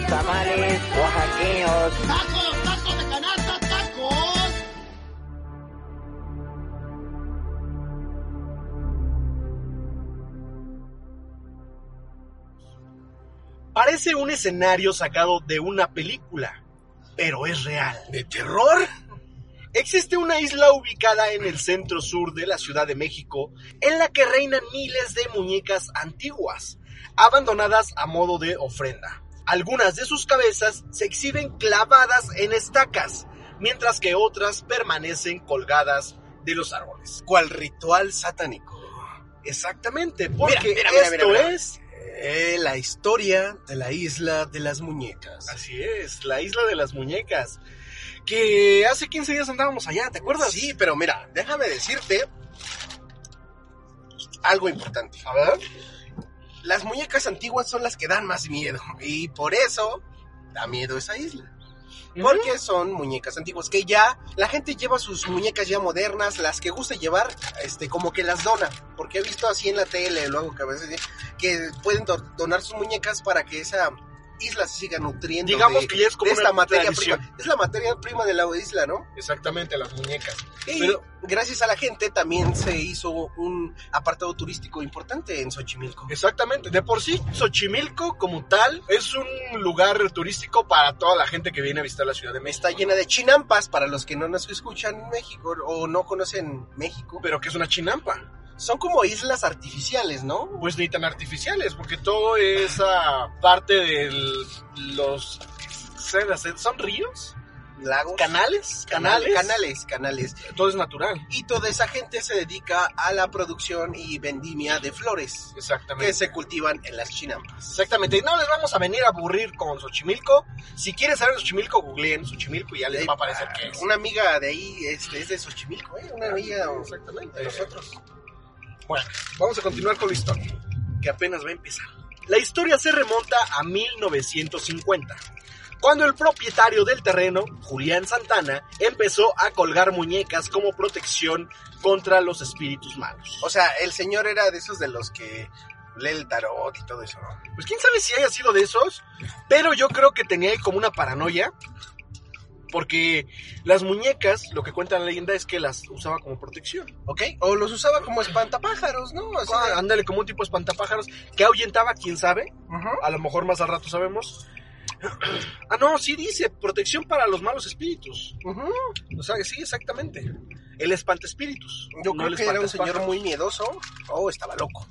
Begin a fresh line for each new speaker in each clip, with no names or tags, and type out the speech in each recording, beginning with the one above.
frijoles oaxaqueños.
¡Tacos, tacos de canasta, tacos!
Parece un escenario sacado de una película, pero es real.
¿De terror?
Existe una isla ubicada en el centro sur de la Ciudad de México en la que reinan miles de muñecas antiguas, abandonadas a modo de ofrenda. Algunas de sus cabezas se exhiben clavadas en estacas, mientras que otras permanecen colgadas de los árboles.
¿Cuál ritual satánico?
Exactamente, porque
mira, mira,
esto
mira, mira.
es...
Eh, la historia de la isla de las muñecas.
Así es, la isla de las muñecas. Que hace 15 días andábamos allá, ¿te acuerdas?
Sí, pero mira, déjame decirte algo importante.
A ver.
Las muñecas antiguas son las que dan más miedo y por eso da miedo esa isla. Porque son muñecas antiguas que ya la gente lleva sus muñecas ya modernas, las que gusta llevar, este, como que las dona. Porque he visto así en la tele, luego que a veces que pueden do- donar sus muñecas para que esa isla se siga nutriendo.
Digamos
de-
que ya es como
de
una
esta materia
tradición.
prima. Es la materia prima de la isla, ¿no?
Exactamente, las muñecas.
Y
Pero-
gracias a la gente también se hizo un apartado turístico importante en Xochimilco.
Exactamente, de por sí Xochimilco como tal es un lugar turístico para toda la gente que viene a visitar la Ciudad de México,
Está llena de chinampas para los que no nos escuchan en México o no conocen México.
pero que es una chinampa,
Son como islas artificiales, ¿no?
pues ni tan artificiales, porque toda esa parte de los... ¿Son ríos?
Lagos.
¿Canales?
Canales.
¿Canales?
Canales, canales.
Todo es natural.
Y toda esa gente se dedica a la producción y vendimia de flores que
Exactamente.
se cultivan en las chinampas.
Exactamente, y no les vamos a venir a aburrir con Xochimilco. Si quieren saber de Xochimilco, googleen Xochimilco y ya les va a aparecer qué es. Ah,
Una amiga de ahí este, es de Xochimilco, ¿eh? Una amiga
Exactamente.
de nosotros.
Bueno, vamos a continuar con la historia, que apenas va a empezar. La historia se remonta a 1950, cuando el propietario del terreno, Julián Santana, empezó a colgar muñecas como protección contra los espíritus malos.
O sea, el señor era de esos de los que lee el tarot y todo eso, ¿no?
Pues quién sabe si haya sido de esos, pero yo creo que tenía ahí como una paranoia. Porque las muñecas, lo que cuenta la leyenda es que las usaba como protección. Ah,
¿Ok? O los usaba como espantapájaros, ¿no? Así de-
Ándale, como un tipo espantapájaros que ahuyentaba, quién sabe.
Ujú.
A lo mejor más al rato sabemos. Ah, no, sí dice, protección para los malos espíritus.
Ujú.
O sea, sí, exactamente. El espantespíritus.
Yo
no
creo
el
que era un
espantapájaros.
señor muy miedoso. O estaba loco,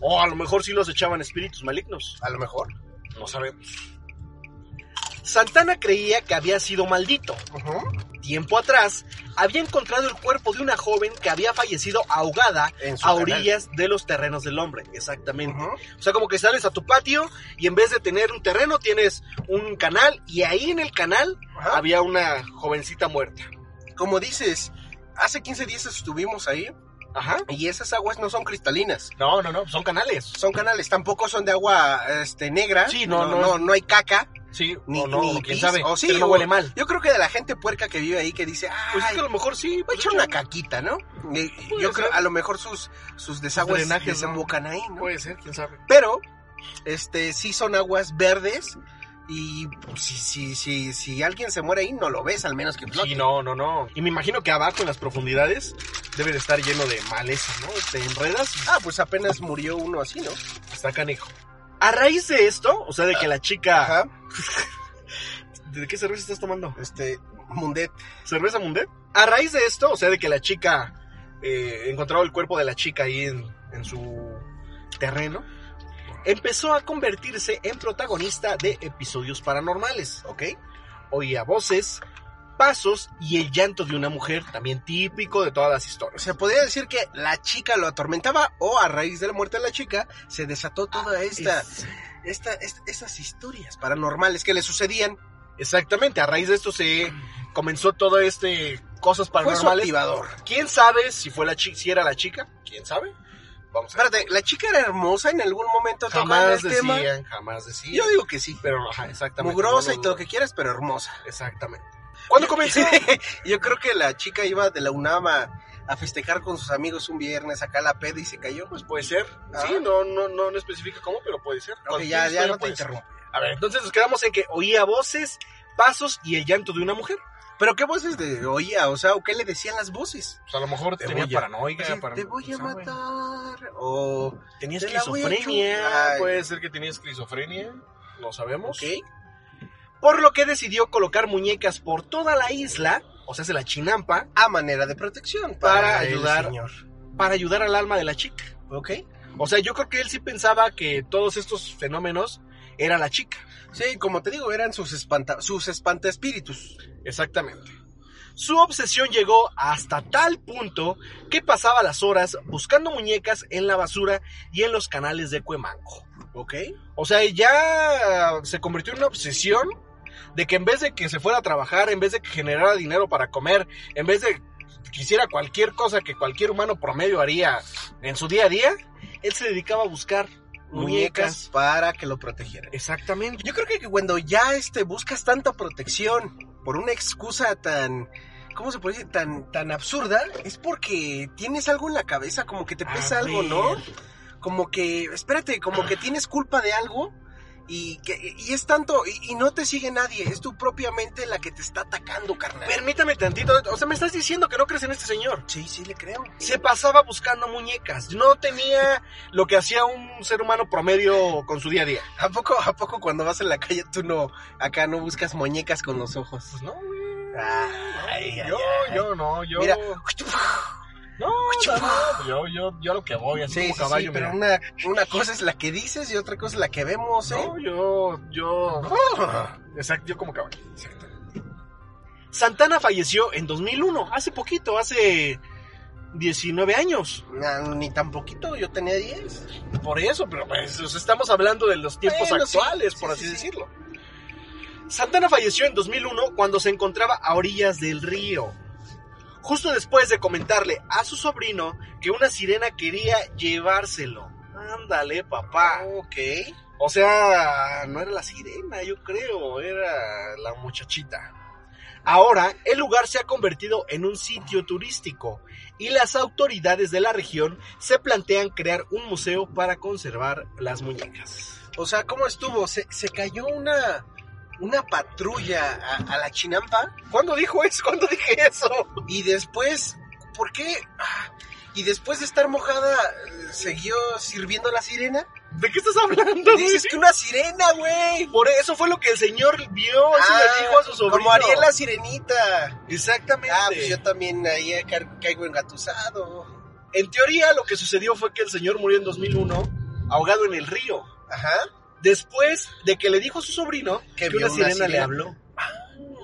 O a lo mejor sí los echaban espíritus malignos.
a lo mejor.
No sabemos. Santana creía que había sido maldito. Tiempo atrás, había encontrado el cuerpo de una joven que había fallecido ahogada
En su
a
canal.
orillas de los terrenos del hombre. Exactamente.
Ujú.
O sea, como que sales a tu patio y en vez de tener un terreno, tienes un canal y ahí en el canal
Ajá.
había una jovencita muerta.
Como dices, hace 15 días estuvimos ahí
Ajá.
y esas aguas no son cristalinas.
No, no, no, son canales.
Son canales, tampoco son de agua este, negra.
Sí, no,
no,
no.
no, no hay caca.
Sí,
Ni,
o no,
ni
o quién
pis,
sabe.
o sí,
pero Oh, no
o-
huele mal.
Yo creo que de la gente puerca que vive ahí que dice, ay,
Pues es que a lo mejor sí.
Voy a
pues
echar una caquita, ¿no? Y
Puede
yo creo,
ser.
a lo mejor sus, sus desagües
drenajes, ¿no? Pues.
desembocan ahí, ¿no?
Puede ser, quién sabe.
Pero, este, sí son aguas verdes y si, si, si, si alguien se muere ahí, no lo ves, al menos que flote.
Sí, no, no, no. Y me imagino que abajo en las profundidades debe de estar lleno de maleza, ¿no? Te enredas y
Ah, pues apenas murió uno así, ¿no?
está canijo. A raíz de esto, o sea, de que la chica...
Ajá.
¿De qué cerveza estás tomando?
Este, Mundet.
¿Cerveza Mundet? A raíz de esto, o sea, de que la chica... eh, encontraba el cuerpo de la chica ahí en, en su terreno, empezó a convertirse en protagonista de episodios paranormales.
¿Ok?
Oía voces, pasos y el llanto de una mujer, también típico de todas las historias.
Se podría decir que la chica lo atormentaba o a raíz de la muerte de la chica se desató toda esta,
Ah, Es-
esta, est- estas historias paranormales que le sucedían.
Exactamente, a raíz de esto se comenzó todo este cosas
Fue su
paranormales.
activador.
¿Quién sabe si fue la chica, si era la chica? ¿Quién sabe? Vamos a ver.
Espérate, ¿la chica era hermosa en algún momento tocando
Jamás
el tema?
decían, jamás decían.
Yo digo que sí.
pero ajá, exactamente.
Mugrosa
no
y
lo
todo
dudo.
lo que quieras, pero hermosa.
Exactamente. ¿Cuándo comenzó?
Yo creo que la chica iba de la UNAM a, a festejar con sus amigos un viernes acá a la peda y se cayó.
pues puede ser.
Ah.
Sí, no, no, no, no especifica cómo, pero puede ser.
Ok,
Cualquier
ya, ya
historia
no te
puede ser.
interrumpo. ya.
A ver, entonces nos quedamos en que oía voces, pasos y el llanto de una mujer.
Pero qué voces de oía, o sea, o qué le decían las
O
voces.
sea, Pues a lo mejor
Te
tenía
voy a-
paranoia.
Así,
para-
te voy a
o sea, bueno.
matar. O.
Tenía
Te la voy a
esquizofrenia.
chupar.
Puede ser que tenía esquizofrenia. No sabemos.
Ok.
Por lo que decidió colocar muñecas por toda la isla, o sea, se la chinampa,
A manera de protección.
Para
Para,
ayudar.
El señor.
para ayudar al alma de la chica.
Ok.
O sea, yo creo que él sí pensaba que todos estos fenómenos era la chica.
Sí, como te digo, eran sus, espanta, sus espantaespíritus.
Exactamente. Su obsesión llegó hasta tal punto que pasaba las horas buscando muñecas en la basura y en los canales de Cuemanco.
Ok.
O sea, ya se convirtió en una obsesión de que en vez de que se fuera a trabajar, en vez de que generara dinero para comer, en vez de que hiciera cualquier cosa que cualquier humano promedio haría en su día a día, él se dedicaba a buscar
Muñecas
muñecas.
para que lo protegieran.
Exactamente.
Yo creo que cuando ya este, buscas tanta protección por una excusa tan, ¿cómo se puede decir? Tan, tan absurda, es porque tienes algo en la cabeza, como que te
A
pesa algo, ¿no?
ver.
Como que, espérate, como que tienes culpa de algo y, que, y es tanto, y, y no te sigue nadie, es tu propia mente la que te está atacando, carnal.
Permítame tantito. O sea, me estás diciendo que no crees en este señor.
sí, sí, le creo.
Se pasaba buscando muñecas. No tenía lo que hacía un ser humano promedio con su día a día.
¿A poco, ¿A poco cuando vas en la calle tú no, acá no buscas muñecas con los ojos?
Pues no, güey.
Ay, ay,
yo,
ay.
yo no, yo.
Mira,
No, no, no, yo, yo, yo a lo que voy, así
Sí,
como
sí,
caballo,
sí, pero
mira.
una, una cosa es la que dices y otra cosa es la que vemos, ¿eh?
No, yo, yo. Exacto, yo como caballo. Santana falleció en 2001, hace poquito, hace 19 años.
Na- Ah, ni tan poquito, yo tenía 10.
Por eso, pero pues, o sea, estamos hablando de los tiempos
Bueno, sí,
actuales,
sí,
por
sí,
así
sí.
decirlo. Santana falleció en 2001 cuando se encontraba a orillas del río. Justo después de comentarle a su sobrino que una sirena quería llevárselo. Ándale, papá.
Ok.
O sea, no era la sirena, yo creo, era la muchachita. Ahora, el lugar se ha convertido en un sitio turístico y las autoridades de la región se plantean crear un museo para conservar las muñecas.
O sea, ¿cómo estuvo? ¿Se, se cayó una, una patrulla a, a la chinampa?
¿Cuándo dijo eso? ¿Cuándo dije eso?
Y después, ¿por qué? Ah, Y después de estar mojada, eh, ¿siguió sirviendo la sirena?
¿De qué estás hablando?
Dices que una sirena, güey.
Por eso fue lo que el señor vio, eso
Ah,
le dijo a su sobrino.
Como Ariel la sirenita.
Exactamente.
Ah, pues yo también ahí ca- caigo engatusado.
En teoría, lo que sucedió fue que el señor murió en 2001 ahogado en el río.
Ajá.
después de que le dijo a su sobrino que,
Que
una,
vio una
sirena, le
sirena.
habló.
¿Pero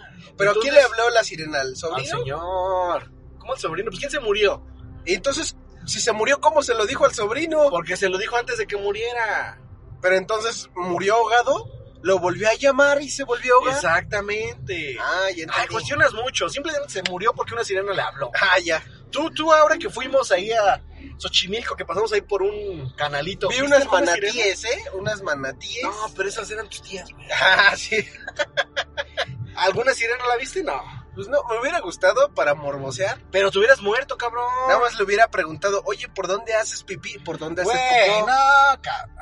Entonces-
quién le habló la sirena? ¿Al
Al
sobrino?
señor. ¿Cómo el sobrino? Pues quién se murió.
Entonces, si se murió, ¿cómo se lo dijo al sobrino?
Porque se lo dijo antes de que muriera.
Pero entonces murió ahogado, lo volvió a llamar y se volvió a ahogar.
Exactamente.
Ah, ya entendí.
Ay, pues cuestionas mucho. Simplemente se murió porque una sirena le habló.
Ah, ya.
Tú, tú, ahora que fuimos ahí a Xochimilco, que pasamos ahí por un canalito.
Vi
¿viste
unas
alguna sirena?
manatíes, ¿eh? Unas manatíes.
No, pero esas eran tus tías, güey.
Ah, sí.
¿Alguna sirena la viste? No.
Pues no, me hubiera gustado para morbosear.
Pero te hubieras muerto, cabrón.
Nada más le hubiera preguntado, oye, ¿por dónde haces pipí? ¿Por dónde haces
Güey,
popó?
no, cabrón.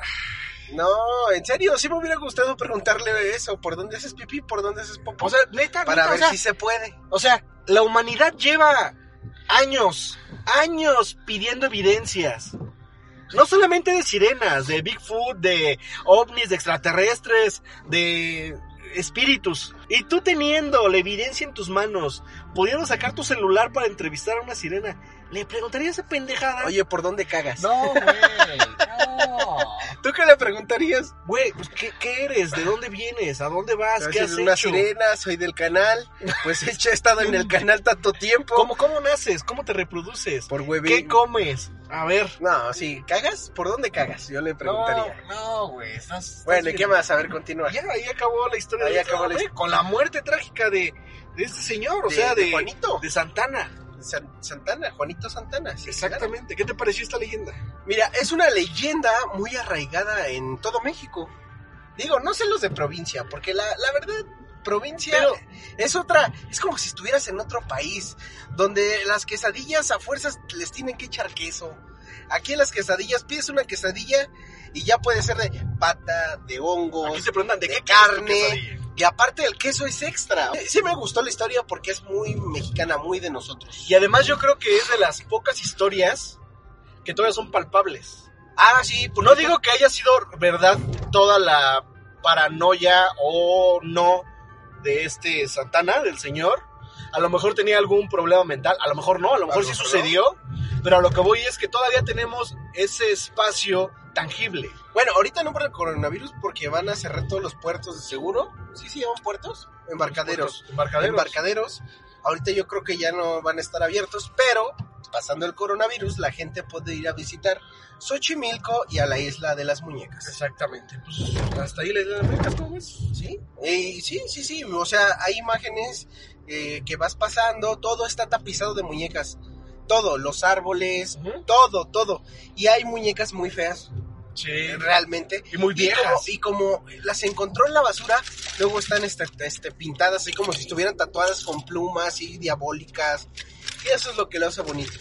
No, en serio, sí me hubiera gustado preguntarle eso. ¿Por dónde haces pipí? ¿Por dónde haces popó?
O sea, neta,
para
neta, o
ver
sea,
si se puede.
O sea, la humanidad lleva años, años pidiendo evidencias. No solamente de sirenas, de Bigfoot, de ovnis, de extraterrestres, de espíritus. Y tú teniendo la evidencia en tus manos, pudiendo sacar tu celular para entrevistar a una sirena, ¿le preguntarías esa pendejada?
Oye, ¿por dónde cagas?
no, güey, no.
¿Tú qué le preguntarías?
Güey, pues, ¿qué, qué eres? ¿De dónde vienes? ¿A dónde vas? ¿Qué
Soy
has
una
hecho?
sirena, soy del canal. Pues he hecho- he estado en el canal tanto tiempo.
¿Cómo, ¿Cómo naces? ¿Cómo te reproduces?
Por huevín.
¿Qué comes? A ver.
no, sí, ¿cagas? ¿Por dónde cagas? Yo le preguntaría.
No, güey, estás. estás
bueno, ¿y
bien.
qué más? A ver, continúa.
Ya, ahí acabó la historia
Ahí
de
acabó la
güey,
historia.
con la muerte trágica de, de este señor, o
De-
sea, de,
de Juanito.
de Santana.
San- Santana, Juanito Santana. sí,
Exactamente. ¿Qué te pareció esta leyenda?
claro. Mira, es una leyenda muy arraigada en todo México. Digo, no sé los de provincia, porque la, la verdad, provincia
Pero-
es otra. Es como si estuvieras en otro país, donde las quesadillas a fuerzas les tienen que echar queso. Aquí en las quesadillas pides una quesadilla y ya puede ser de pata, de
Aquí
hongos,
se preguntan de,
Pues, de
qué queso
carne.
es tu quesadilla?
y aparte el queso es extra. Sí me gustó la historia porque es muy mexicana, muy de nosotros.
Y además yo creo que es de las pocas historias que todavía son palpables.
Ah, sí,
pues No digo que haya sido verdad toda la paranoia o no de este Santana, del señor. A lo mejor tenía algún problema mental, a lo mejor no, a lo mejor
lo
sí
mejor
sucedió, pero a lo que voy es que todavía tenemos ese espacio tangible.
Bueno, ahorita no por el coronavirus porque van a cerrar todos los puertos de seguro. ¿Sí se llaman puertos? Embarcaderos.
embarcaderos.
Embarcaderos. Ahorita yo creo que ya no van a estar abiertos, pero pasando el coronavirus la gente puede ir a visitar Xochimilco y a la isla de las muñecas.
Exactamente. Pues hasta ahí la isla de América, ¿cómo ves?
¿Sí? Eh, sí, sí, sí. O sea, hay imágenes eh, que vas pasando, todo está tapizado de muñecas. Todo, los árboles,
Ujú.
todo, todo. Y hay muñecas muy feas,
Sí.
realmente.
Y muy viejas.
Y como, y como las encontró en la basura, luego están este, este, pintadas así como si estuvieran tatuadas con plumas y diabólicas. Y eso es lo que lo hace bonito.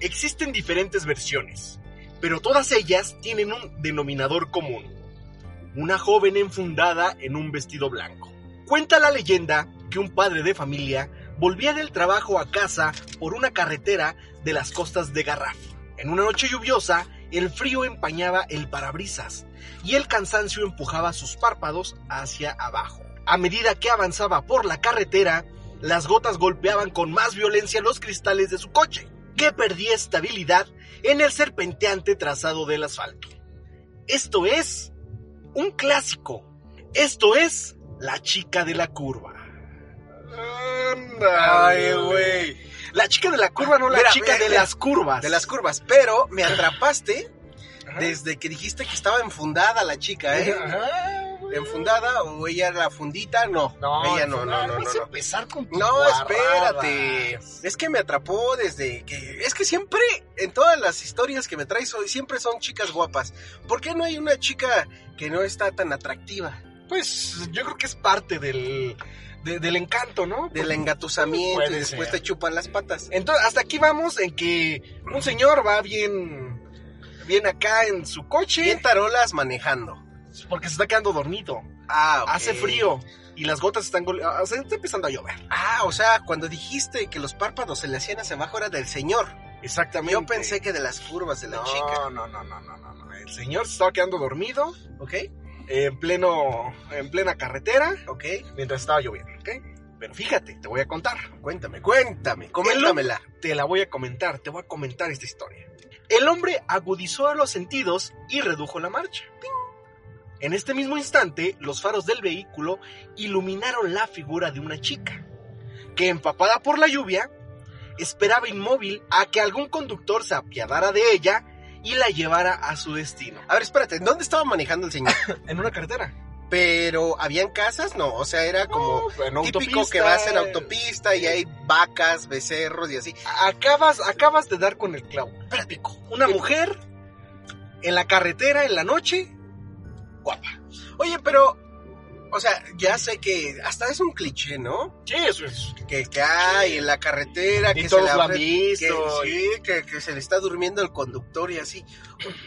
Existen diferentes versiones, pero todas ellas tienen un denominador común. Una joven enfundada en un vestido blanco. Cuenta la leyenda que un padre de familia volvía del trabajo a casa por una carretera de las costas de Garraf. En una noche lluviosa, el frío empañaba el parabrisas y el cansancio empujaba sus párpados hacia abajo. A medida que avanzaba por la carretera, las gotas golpeaban con más violencia los cristales de su coche, que perdía estabilidad en el serpenteante trazado del asfalto. Esto es un clásico. Esto es La chica de la curva. La chica de la curva, no la
Mira,
chica
mira,
de
mira.
las curvas.
De las curvas, pero me atrapaste
Ajá.
desde que dijiste que estaba enfundada la chica, ¿eh?
Ajá, güey.
¿Enfundada o ella era la fundita? No, ella no, no, no, no.
vas a
no.
empezar con tus
No,
guarradas.
espérate. Es que me atrapó desde que. Es que siempre, en todas las historias que me traes hoy, siempre son chicas guapas. ¿Por qué no hay una chica que no está tan atractiva?
Pues yo creo que es parte del, de- del encanto, ¿no?
Del engatusamiento y
Puede
después
ser.
te chupan las patas.
Entonces, hasta aquí vamos en que un señor va bien, bien acá en su coche
Bien tarolas manejando.
porque se está quedando dormido.
Ah, ok.
Hace frío y las gotas están gol- ah, o sea, está empezando a llover.
Ah, o sea, cuando dijiste que los párpados se le hacían hacia abajo era del señor.
Exactamente.
Yo pensé que de las curvas de la
no,
chica.
No, no, no, no, no, no. El señor se estaba quedando dormido
¿Ok?
en pleno en plena carretera
¿Ok?
mientras estaba lloviendo, ¿ok? Pero fíjate, te voy a contar.
Cuéntame, cuéntame. Coméntamela.
te la voy a comentar, te voy a comentar esta historia. El hombre agudizó los sentidos y redujo la marcha. ¡Ping! En este mismo instante, los faros del vehículo iluminaron la figura de una chica, que empapada por la lluvia, esperaba inmóvil a que algún conductor se apiadara de ella y la llevara a su destino.
A ver, espérate, ¿en dónde estaba manejando el señor?
En una carretera.
Pero, ¿habían casas? No, o sea, era como...
en
típico que vas en autopista y hay vacas, becerros y así.
Acabas, acabas de dar con el clavo. Práctico. Una mujer en la carretera en la noche. Guapa.
Oye, pero, o sea, ya sé que hasta es un cliché, ¿no?
Sí, eso es.
Que, que hay en la carretera,
Y
que
todos lo
se le
han
ofre-
visto.
Que, sí, que, que se le está durmiendo el conductor y así.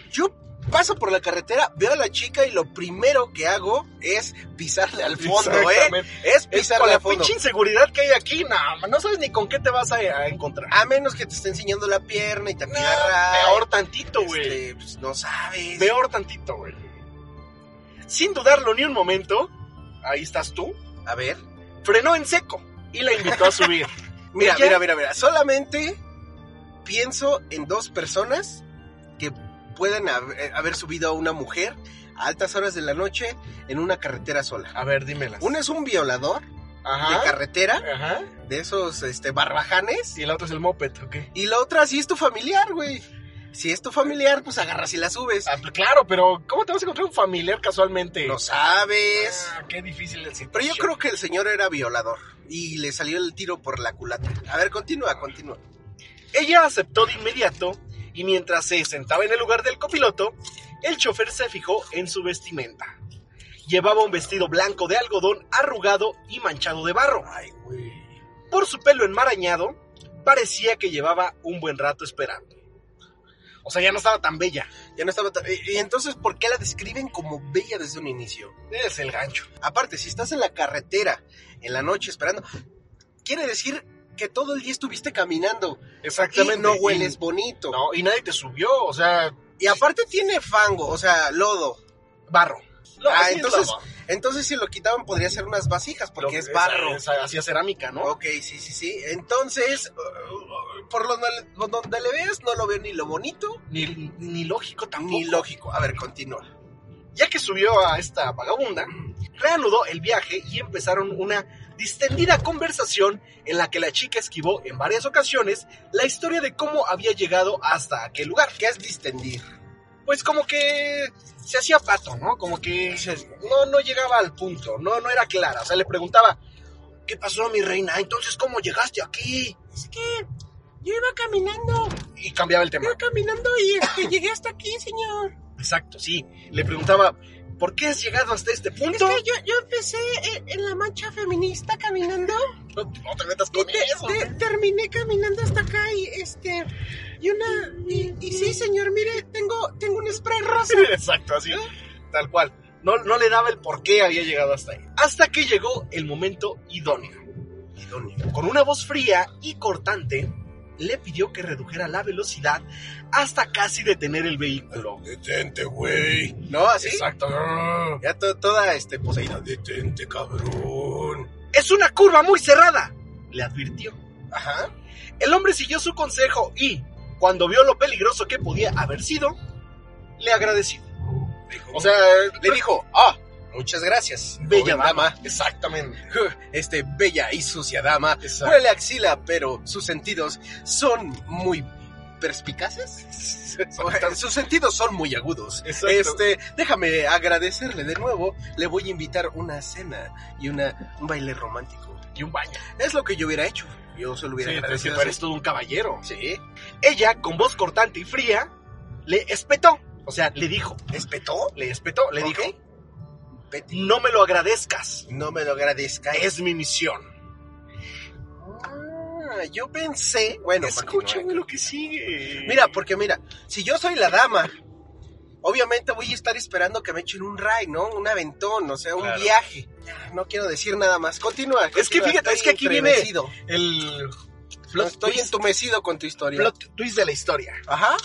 Yo paso por la carretera, veo a la chica y lo primero que hago es pisarle al fondo, ¿eh?
Exactamente.
Es
Es con
pisarle
la
al fondo.
pinche inseguridad que hay aquí, no, no sabes ni con qué te vas a, a encontrar.
A menos que te esté enseñando la pierna y te agarra.
peor tantito, güey.
pues no sabes.
Peor tantito, güey. Sin dudarlo ni un momento, ahí estás tú,
A ver.
frenó en seco y la invitó a subir.
Mira,
Ella-
mira, mira, mira. Solamente pienso en dos personas que pueden hab- eh, haber subido a una mujer a altas horas de la noche en una carretera sola.
A ver, dímelas.
Uno es un violador de
Ajá.
carretera,
Ajá.
de esos este, barbajanes.
Y la otra es el moped, ¿ok?
Y la otra sí es tu familiar, güey. Si es tu familiar, pues agarras y la subes.
Ah, pero claro, pero ¿cómo te vas a encontrar un familiar casualmente?
No sabes.
Ah, qué difícil el
Pero yo creo que el señor era violador y le salió el tiro por la culata. A ver, continúa, continúa.
Ella aceptó de inmediato y mientras se sentaba en el lugar del copiloto, el chofer se fijó en su vestimenta. Llevaba un vestido blanco de algodón arrugado y manchado de barro.
Ay, güey.
Por su pelo enmarañado, parecía que llevaba un buen rato esperando. O sea, ya no estaba tan bella.
Ya no estaba tan- Y y entonces, ¿por qué la describen como bella desde un inicio?
Es el gancho.
Aparte, si estás en la carretera en la noche esperando, quiere decir que todo el día estuviste caminando. Y
Exactamente.
no hueles bonito.
No, y nadie te subió, o sea,
Y aparte tiene fango, o sea, lodo.
barro. No,
ah,
así es
entonces,
barro.
entonces si lo quitaban podría ser unas vasijas, porque
Lo-
es barro.
es- Hacía cerámica, ¿no?
Ok, sí, sí, sí. Entonces, uh, por lo no- por donde le veas, no lo veo ni lo bonito
Ni, ni lógico tampoco.
ni lógico. A ver, continúa.
Ya que subió a esta vagabunda, reanudó el viaje y empezaron una distendida conversación en la que la chica esquivó en varias ocasiones la historia de cómo había llegado hasta aquel lugar.
¿Qué es distendir?
Pues como que se hacía pato, ¿no? Como que no, no llegaba al punto, no, no era clara. O sea, le preguntaba, ¿qué pasó mi reina? Entonces, ¿cómo llegaste aquí?
Es que yo iba caminando,
Y cambiaba el tema.
iba caminando y este, llegué hasta aquí, señor.
Exacto, sí. Le preguntaba, ¿por qué has llegado hasta este
Es
punto?
que yo, yo empecé en, en la mancha feminista caminando
No, no te metas
y
con
te-
eso.
te- terminé caminando hasta acá y este y una y, y sí, señor, mire, tengo tengo un spray rosa.
Exacto, así, tal cual. No, no le daba el por qué había llegado hasta ahí. Hasta que llegó el momento idóneo. Con una voz fría y cortante, le pidió que redujera la velocidad hasta casi detener el vehículo.
Detente, güey. ¿No? ¿Así?
Exacto.
Ya to- toda este poseída. Detente, cabrón.
Es una curva muy cerrada, le advirtió.
Ajá.
El hombre siguió su consejo y, cuando vio lo peligroso que podía haber sido, le agradeció.
O sea, le dijo, ah, muchas gracias.
Bella
joven
dama. Exactamente.
Este bella y sucia dama.
Exacto.
Huele a axila, pero sus sentidos son muy perspicaces. Eh,
Exacto.
Sus sentidos son muy agudos.
Exacto.
Este, déjame agradecerle de nuevo. Le voy a invitar una cena y una, un baile romántico.
Y un baño.
Es lo que yo hubiera hecho. Yo se lo hubiera agradecido.
tú eres todo un caballero.
Sí,
Ella, con voz cortante y fría, le espetó. O sea, le dijo,
¿Espetó?
le espetó, le
Ok.
dijo, no me lo agradezcas.
No me lo agradezca.
Es mi misión.
Ah, yo pensé. Bueno,
Escúchame
continúa.
lo que sigue.
Mira, porque mira, si yo soy la dama, obviamente voy a estar esperando que me echen un ray, ¿no? Un aventón, o sea, un
Claro.
viaje. Ya, No quiero decir nada más. Continúa.
que
continúa,
fíjate,
estoy
es que aquí viene
entremecido.
el
No,
plot,
estoy
Ah, twist,
entumecido con tu historia.
plot twist de la historia.
Ajá.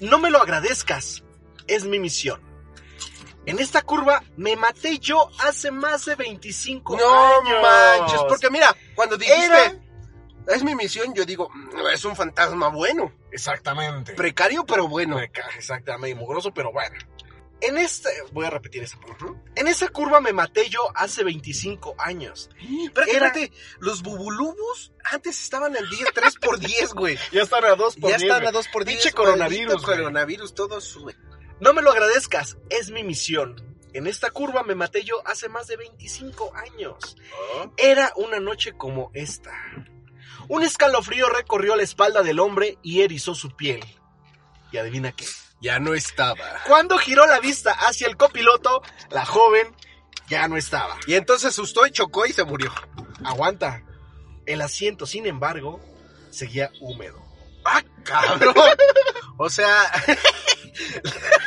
No me lo agradezcas. Es mi misión. En esta curva me maté yo hace más de 25
No
años.
manches, porque mira, cuando dijiste
Era-
es mi misión, yo digo, "Mm, es un fantasma bueno,
Exactamente.
precario pero bueno.
Acá, exactamente, mugroso, pero bueno. En este, voy a repetir esa parte. En esa curva me maté yo hace 25 años.
Prácticamente los bubulubus antes estaban al 10, 3 por 10, güey.
Ya están a dos
Ya están a 2 por 10.
Pinche coronavirus,
maldito
güey.
coronavirus, todo sube.
No me lo agradezcas, es mi misión. En esta curva me maté yo hace más de 25 años. Era una noche como esta. Un escalofrío recorrió la espalda del hombre y erizó su piel. Y adivina qué.
Ya no estaba.
Cuando giró la vista hacia el copiloto, la joven ya no estaba.
Y entonces asustó y chocó y se murió.
Aguanta. El asiento, sin embargo, seguía húmedo.
¡Ah, cabrón! o sea,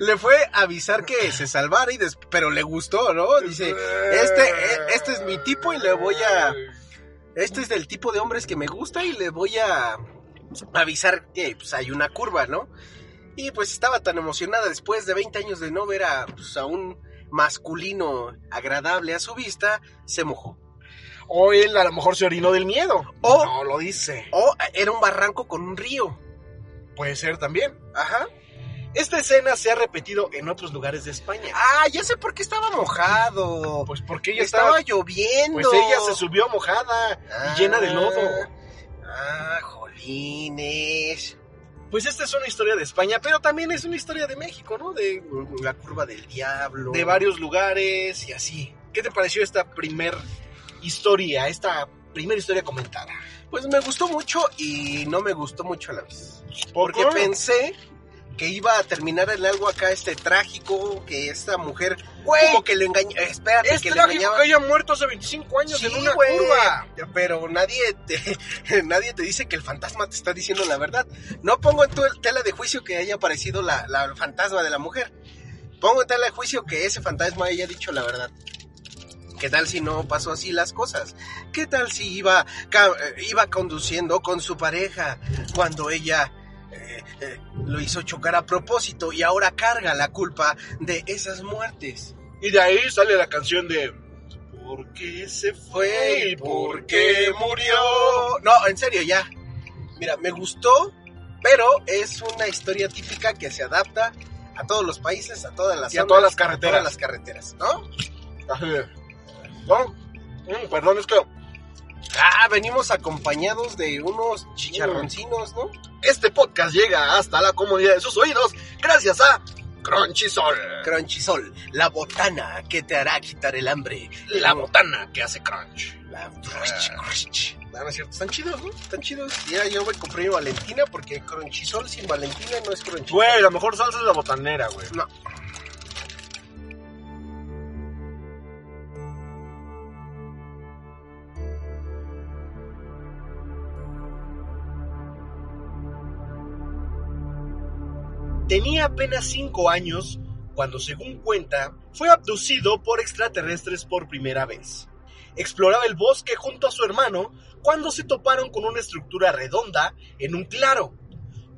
le fue a avisar que se salvara, y des- pero le gustó, ¿no? Dice, este, eh,
e,
este es mi tipo y le voy a... Este es del tipo de hombres que me gusta y le voy a avisar que pues, hay una curva, ¿no? Y pues estaba tan emocionada después de 20 años de no ver a, pues, a un masculino agradable a su vista, se mojó.
O él a lo mejor se orinó del miedo.
O-
no lo dice.
O era un barranco con un río.
Puede ser también.
Ajá.
Esta escena se ha repetido en otros lugares de España.
Ah, ya sé por qué estaba mojado.
Pues porque ella
estaba,
estaba.
lloviendo.
Pues ella se subió mojada
Ah.
y llena de lodo.
Ah, jolines.
Pues esta es una historia de España, pero también es una historia de México, ¿no? De,
La curva del diablo.
de varios lugares y así. ¿Qué te pareció esta primer historia, esta primera historia comentada?
Pues me gustó mucho y no me gustó mucho a la vez.
¿Por
Porque
qué?
pensé que iba a terminar en algo acá este trágico, que esta mujer
Güey,
como que lo engañó, espérate,
Es
que le
trágico
engañaba.
que haya muerto hace 25 años
Sí,
en una
güey,
curva.
Pero nadie te, nadie te dice que el fantasma te está diciendo la verdad. No pongo en tu- tela de juicio que haya aparecido la, la- el fantasma de la mujer. Pongo en tela de juicio que ese fantasma haya dicho la verdad. ¿Qué tal si no pasó así las cosas? ¿Qué tal si iba, ca- eh, iba conduciendo con su pareja cuando ella eh, eh, lo hizo chocar a propósito y ahora carga la culpa de esas muertes?
Y de ahí sale la canción de ¿Por qué se fue y por qué murió?
No, en serio, ya. Mira, me gustó, pero es una historia típica que se adapta a todos los países, a todas las
Y a
zonas,
todas las carreteras.
todas las carreteras, ¿no?
Así de, ¿No? Mm, Perdón, es que
Ah, venimos acompañados de unos chicharroncinos, ¿no?
este podcast llega hasta la comodidad de sus oídos gracias a Crunchyroll.
Crunchisol, la botana que te hará quitar el hambre.
La botana que hace crunch.
La crunch, crunch. Ah, No, no es cierto, están chidos, ¿no? Están chidos. Ya yo voy a comprar mi Valentina porque Crunchisol sin Valentina no es Crunchisol.
Güey, la mejor salsa es la botanera, güey.
No.
Tenía apenas 5 años cuando, según cuenta, fue abducido por extraterrestres por primera vez. Exploraba el bosque junto a su hermano cuando se toparon con una estructura redonda en un claro.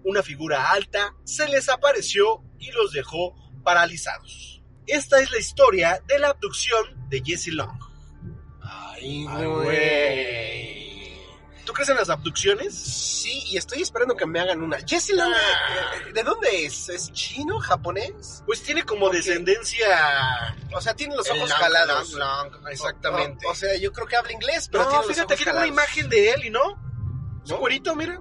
Una figura alta se les apareció y los dejó paralizados. Esta es la historia de la abducción de Jesse Long.
Ay,
Ay,
güey.
¿Tú crees en las abducciones?
Sí, y estoy esperando que me hagan una. Jesse Long, eh, ¿de dónde es? ¿Es chino, japonés?
Pues tiene como
Ok.
descendencia...
O sea, tiene los
El
ojos
Long,
jalados.
Long, Long, exactamente.
O, o sea, yo creo que habla inglés, pero
Pero
tiene los
fíjate,
ojos
aquí tengo
jalados.
una imagen de él y no. Es
¿No?
un güerito, mira.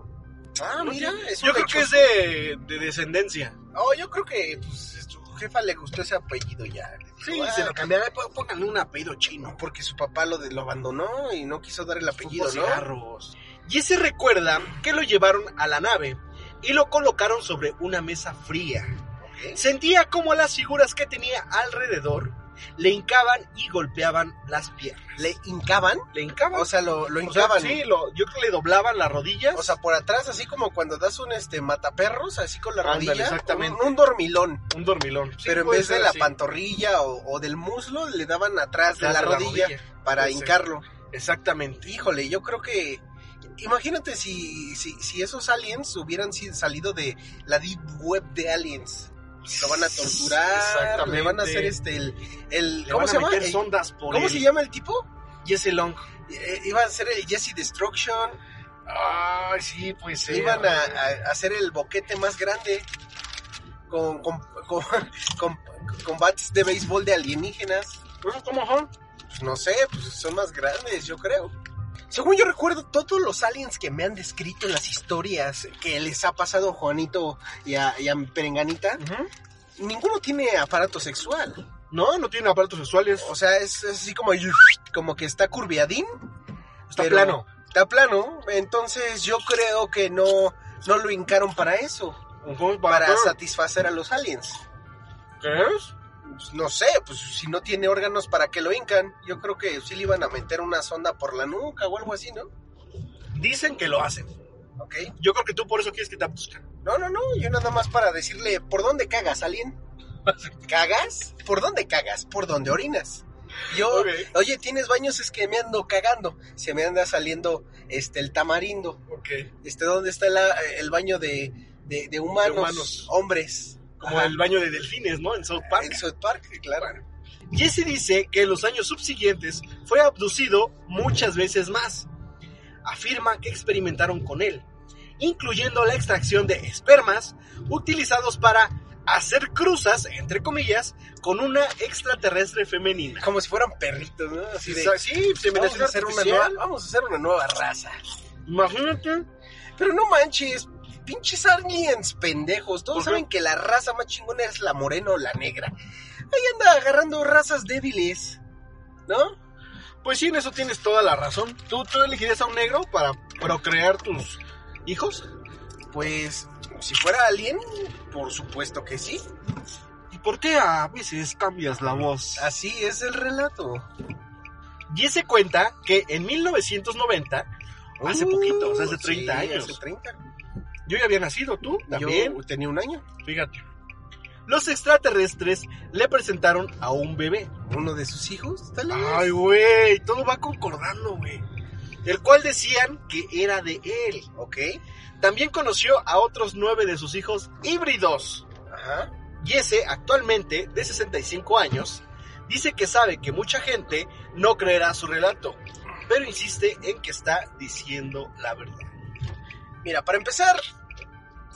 Ah, mira, es
Yo
un
creo que es
lechoso.
de, de descendencia.
Oh, yo creo que pues, su jefa le gustó ese apellido ya. Le dijo,
Sí,
"Ah,
se lo cambiaron. Pó- Pónganle un apellido chino.
no, porque su papá lo, de- lo abandonó y no quiso dar el apellido, ¿no?
cigarros. Jesse recuerda que lo llevaron a la nave y lo colocaron sobre una mesa fría.
Ok.
Sentía como las figuras que tenía alrededor le hincaban y golpeaban las piernas.
¿Le hincaban?
Le hincaban.
O sea, lo, lo
O sea,
hincaban.
sí, lo- yo creo que le doblaban las rodillas.
O sea, por atrás, así como cuando das un este mataperros, así con la
Ándale,
rodilla.
exactamente.
Un, un dormilón.
un dormilón. Sí,
pero en
puede
vez de
ser
la
así.
pantorrilla o, o del muslo, le daban atrás de
Tras
la, rodilla, para
Puede ser.
hincarlo.
Exactamente.
Híjole, yo creo que. Imagínate si, si, si esos aliens hubieran sido- salido de la deep web de aliens. Lo van a torturar,
Exactamente.
le van a hacer este el, el-
Le
¿cómo
van
se
a
llama?
meter
El-
sondas por
¿Cómo
el-
se llama el tipo?
Jesse Long.
Eh, iba a ser el Jesse Destruction,
Ay, sí, pues
Se iban a, a- a hacer el boquete más grande con, con- con- con- con bates de béisbol de alienígenas.
¿Cómo son?
Pues no sé, pues son más grandes, yo creo. Según yo recuerdo, todos los aliens que me han descrito en las historias que les ha pasado a Juanito y a, y a mi Perenganita, ninguno tiene aparato sexual.
No, no tienen aparatos sexuales.
O sea, es, es así como, como que está curviadín.
Está
pero
plano.
Está plano, entonces yo creo que no, no lo hincaron para eso. para satisfacer a los aliens.
¿Qué es?
Pues, No sé, pues si no tiene órganos, ¿para qué lo hincan? Yo creo que sí le iban a meter una sonda por la nuca o algo así, ¿no?
Dicen que lo hacen.
Ok.
Yo creo que tú por eso quieres que te abduzcan.
No, no, no, yo nada más para decirle, ¿por dónde cagas, alien? ¿Cagas? ¿Por dónde cagas? ¿Por dónde orinas? Yo,
Ok.
oye, ¿tienes baños? Es que me ando cagando, se me anda saliendo este el tamarindo.
Ok.
Este, ¿dónde está la- el baño de, de- de humanos,
humanos.
hombres?
Como
Ajá.
el baño de delfines, ¿no? En South Park.
En South Park, claro.
Jesse dice que en los años subsiguientes fue abducido muchas veces más. Afirma que experimentaron con él, incluyendo la extracción de espermas utilizados para hacer cruzas, entre comillas, con una extraterrestre femenina.
Como si fueran perritos, ¿no? Así de,
O sea, sí, se me
vamos, a hacer una nueva, vamos a hacer una nueva raza.
Imagínate.
Pero no manches, pinches aliens pendejos. Todos
¿Por qué?
saben que la raza más chingona es la morena o la negra. Ahí anda agarrando razas débiles, ¿no?
Pues sí, en eso tienes toda la razón. ¿Tú, tú elegirías a un negro para procrear tus hijos?
Pues, si fuera alien, por supuesto que sí.
¿Y por qué a veces cambias la voz?
Así es el relato.
Diese cuenta que en 1990, hace
Uh,
poquito, o sea, hace
sí,
30 años,
Hace 30.
yo ya había nacido, tú también.
Yo tenía un año.
Fíjate. Los extraterrestres le presentaron a un bebé.
Uno de sus hijos, tal vez.
Ay, güey, todo va concordando, güey. El cual decían que era de él.
Ok.
También conoció a otros nueve de sus hijos híbridos.
Ajá.
Y ese, actualmente, de 65 años, dice que sabe que mucha gente no creerá su relato, pero insiste en que está diciendo la verdad.
Mira, para empezar,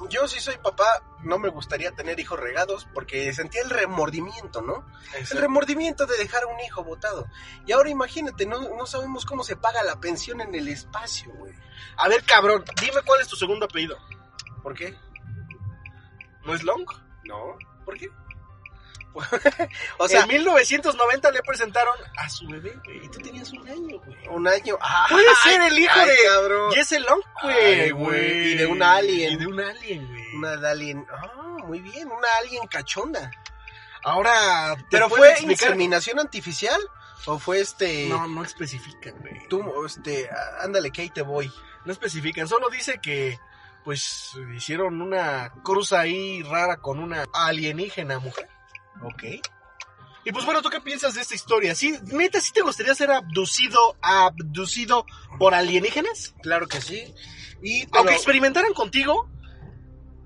yo si soy papá, no me gustaría tener hijos regados porque sentía el remordimiento, ¿no? El remordimiento de dejar a un hijo botado. Y ahora imagínate, no, no sabemos cómo se paga la pensión en el espacio, güey.
A ver, cabrón, dime cuál es tu segundo apellido.
¿Por qué?
¿No es Long?
No. ¿Por qué?
O
o
sea,
sea,
en 1990 le presentaron a su bebé, güey, y tú tenías un año, güey.
un año. ¡Ah!
Puede ser el hijo
Ay,
de-
cabrón.
Y es el Long,
Ay,
güey,
güey.
güey.
Y de un alien.
Y de un alien, güey.
Una de alien. Ah, muy bien, una alien cachonda.
Ahora, ¿te
¿Pero
puedes
fue inseminación artificial? ¿O fue este.?
No, no especifican, güey.
Tú, este. á- Ándale, que ahí te voy.
No especifican, solo dice que pues hicieron una cruz ahí rara con una alienígena mujer.
Ok.
Y pues bueno, ¿tú qué piensas de esta historia? ¿Sí, neta, sí te gustaría ser abducido, abducido por alienígenas?
Claro que sí. Y.
Aunque
pero-
experimentaran contigo.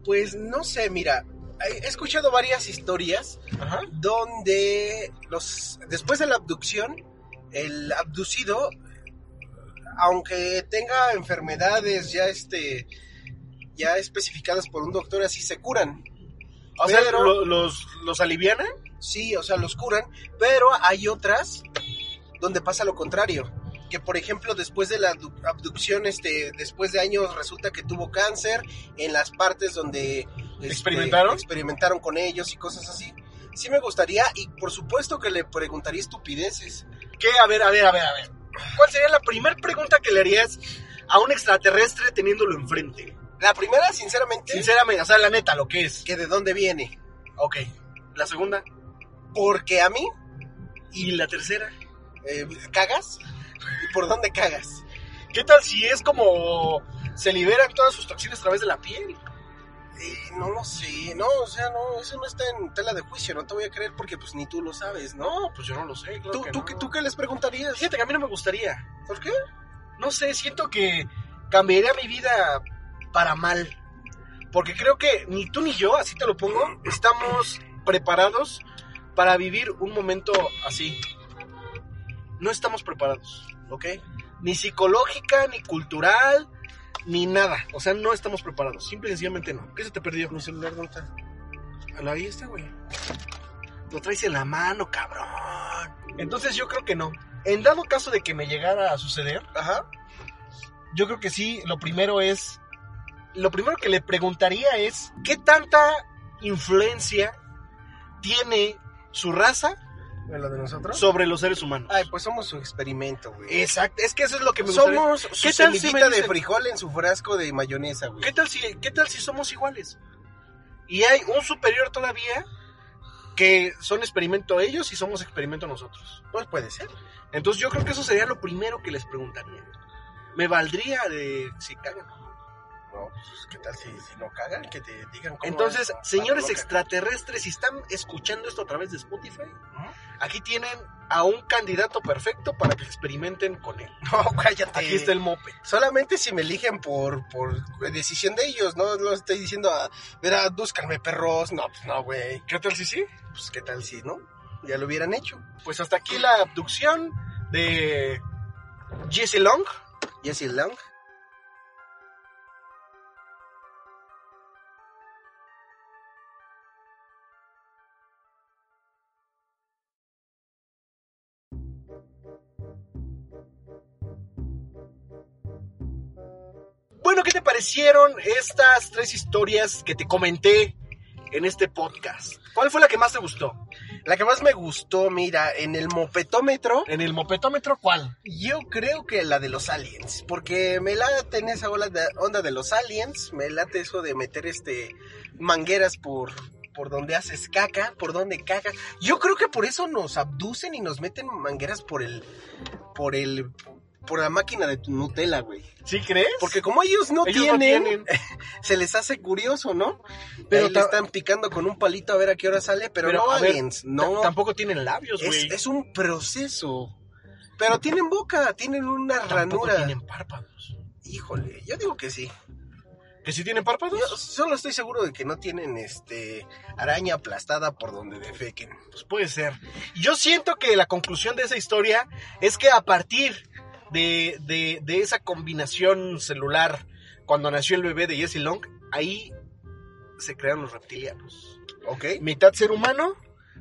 Pues no sé, mira, he escuchado varias historias
Ajá.
donde los después de la abducción, el abducido, aunque tenga enfermedades ya este ya especificadas por un doctor, así se curan.
O sea,
Pero-
lo- los, los alivianan.
Sí, o sea, los curan, pero hay otras donde pasa lo contrario. Que por ejemplo, después de la abdu- abducción, este, después de años resulta que tuvo cáncer en las partes donde este,
¿Experimentaron?
experimentaron con ellos y cosas así. Sí me gustaría y por supuesto que le preguntaría estupideces.
¿Qué? A ver, a ver, a ver, a ver. ¿Cuál sería la primera pregunta que le harías a un extraterrestre teniéndolo enfrente?
La primera, sinceramente,
Sinceramente, o sea, la neta, lo que es.
que de dónde viene.
Ok. La segunda.
Porque a mí
Y la tercera.
eh, cagas y por dónde cagas.
¿Qué tal si es como se liberan todas sus toxinas a través de la piel?
Eh, no lo sé, no, o sea, no, eso no está en tela de juicio, no te voy a creer porque pues ni tú lo sabes, ¿no?
pues yo no lo sé.
¿Tú, tú, qué- ¿Tú qué les preguntarías?
Fíjate que a mí no me gustaría.
¿Por qué?
No sé, siento que cambiaría mi vida para mal. Porque creo que ni tú ni yo, así te lo pongo, estamos preparados para vivir un momento así. No estamos preparados, ¿ok? Ni psicológica, ni cultural, ni nada. O sea, no estamos preparados. Simple y sencillamente no. ¿Qué se te perdió?
Mi celular no está.
Ahí está, güey. Lo traes en la mano, cabrón. Entonces yo creo que no. En dado caso de que me llegara a suceder,
Ajá.
yo creo que sí, lo primero es. Lo primero que le preguntaría es: ¿qué tanta influencia tiene su raza
¿Lo de nosotros?
sobre los seres humanos?
Ay, pues somos su experimento, güey.
Exacto, es que eso es lo que me gustaría.
Somos su
¿Qué tal si
semillita
me
de
dicen-
frijol en su frasco de mayonesa, güey.
¿Qué tal si, qué tal si somos iguales? Y hay un superior todavía que son experimento ellos y somos experimento nosotros.
Pues puede ser.
Entonces yo creo que eso sería lo primero que les preguntaría. Me valdría de si cagan.
No, pues qué tal si, si no cagan, que te digan cómo...
Entonces,
cómo-
señores
cómo-
extraterrestres, si están escuchando esto a través de Spotify, aquí tienen a un candidato perfecto para que experimenten con él.
No, cállate.
Aquí está el moped.
Solamente si me eligen por, por decisión de ellos, no lo estoy diciendo a... Verá, búscanme perros. No, pues no, güey.
¿Qué tal si sí?
Pues qué tal si, ¿no? Ya lo hubieran hecho.
Pues hasta aquí la abducción de Jesse Long.
Jesse Lang.
Bueno, ¿qué te parecieron estas tres historias que te comenté en este podcast? ¿Cuál fue la que más te gustó?
La que más me gustó, mira, en el mopetómetro,
¿En el mopetómetro cuál?
yo creo que la de los aliens. Porque me late en esa ola de- onda de los aliens. Me late eso de meter este mangueras por, por donde haces caca, por donde cagas. Yo creo que por eso nos abducen y nos meten mangueras por el. por el. por la máquina de tu Nutella, güey.
¿Sí crees?
Porque como ellos no,
Ellos no
tienen,
tienen.
se les hace curioso, ¿no?
Pero
Pero
ta-
le están picando con un palito a ver a qué hora sale, pero, no
a ver,
aliens, no.
t- Tampoco tienen labios,
Es,
güey.
es un proceso. Pero tienen boca, tienen una
Tampoco
ranura.
tienen párpados.
Híjole, yo digo que sí.
¿Que sí tienen párpados?
Yo solo estoy seguro de que no tienen este araña aplastada por donde defequen.
Pues puede ser. Yo siento que la conclusión de esa historia es que a partir de, de- de esa combinación celular, cuando nació el bebé de Jesse Long, ahí se crearon los reptilianos.
¿Ok?
Mitad ser humano,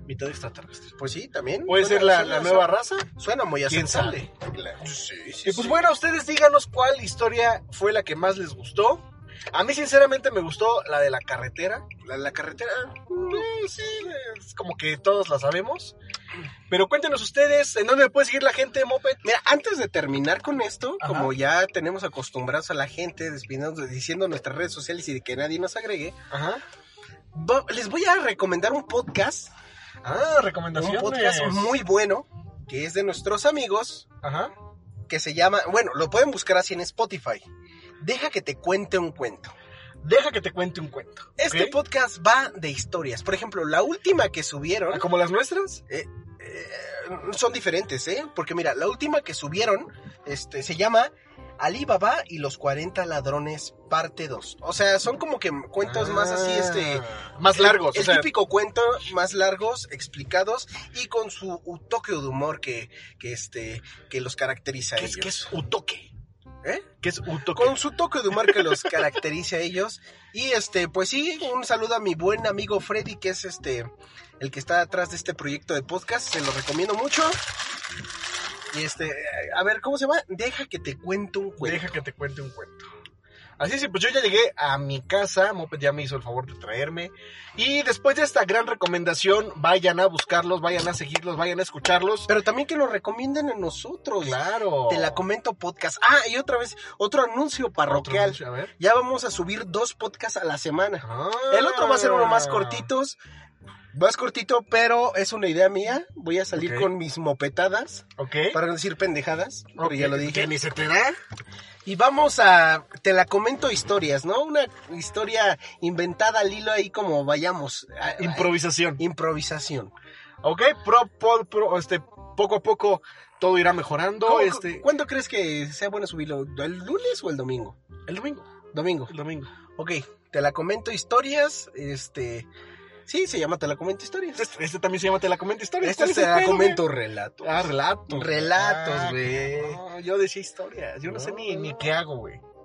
mitad extraterrestre.
Pues sí, también.
Puede
Suena-
ser la,
suena-
la nueva raza.
Suena muy
¿Quién
aceptable. Claro. Sí, sí,
Y pues
sí.
bueno, ustedes díganos cuál historia fue la que más les gustó. A mí sinceramente me gustó la de la carretera.
La, la carretera.
Eh, sí, es como que todos la sabemos. Pero cuéntenos ustedes, ¿en dónde puede seguir la gente, Moped?
Mira, antes de terminar con esto,
Ajá.
como ya tenemos acostumbrados a la gente despidiendo, diciendo nuestras redes sociales y de que nadie nos agregue,
Ajá.
va- les voy a recomendar un podcast,
Ah,
un
recomendaciones.
podcast muy bueno, que es de nuestros amigos,
Ajá.
que se llama, bueno, lo pueden buscar así en Spotify. Deja que te cuente un cuento.
Deja que te cuente un cuento.
Este
¿ok?
podcast va de historias. Por ejemplo, la última que subieron
Ah, ¿Como las nuestras?
eh, son diferentes, ¿eh? Porque mira, la última que subieron este, se llama Alibaba y los 40 ladrones parte 2. O sea, son como que cuentos más así, este...
Ah. Más largos.
El,
o sea,
típico cuento más largos, explicados y con su toque de humor que, que, este, que los caracteriza a
que es,
ellos.
que es utoque.
¿Eh?
Que es utoque.
Con su toque de humor que los caracteriza a ellos. Y este, pues sí, un saludo a mi buen amigo Freddy, que es este el que está atrás de este proyecto de podcast. Se lo recomiendo mucho. Y este, a ver, ¿cómo se llama? Deja que te cuente un cuento.
Deja que te cuente un cuento. Así sí, pues yo ya llegué a mi casa, Moped ya me hizo el favor de traerme. Y después de esta gran recomendación, vayan a buscarlos, vayan a seguirlos, vayan a escucharlos.
Pero también que nos recomienden a nosotros.
Claro.
Te la comento podcast. Ah, y otra vez, otro anuncio
Otro
parroquial.
anuncio, a ver.
Ya vamos a subir dos podcasts a la semana.
Ah.
El otro va a ser uno más cortitos. Más cortito, pero es una idea mía. Voy a salir
Ok.
con mis mopetadas.
Ok.
Para no decir pendejadas.
Ok,
Porque ya lo dije.
que ni se te da.
Y vamos a. Te la comento historias, ¿no? Una historia inventada al hilo ahí como vayamos. a- a-
Improvisación.
improvisación.
Ok, pro, pro- pro- este, poco a poco todo irá mejorando.
¿Cómo-
Este,
¿Cuándo crees que sea bueno subirlo? ¿El lunes o el domingo?
el domingo.
Domingo.
El domingo.
Ok, te la comento historias. Este. Sí, se llama Te la comento historias.
Este, este también se llama Te la comento historia.
Este se la comento relato.
Ah, relatos.
Relatos,
Ah,
güey.
no, yo decía historias. Yo no,
No,
sé ni,
no,
ni
no.
qué hago, güey.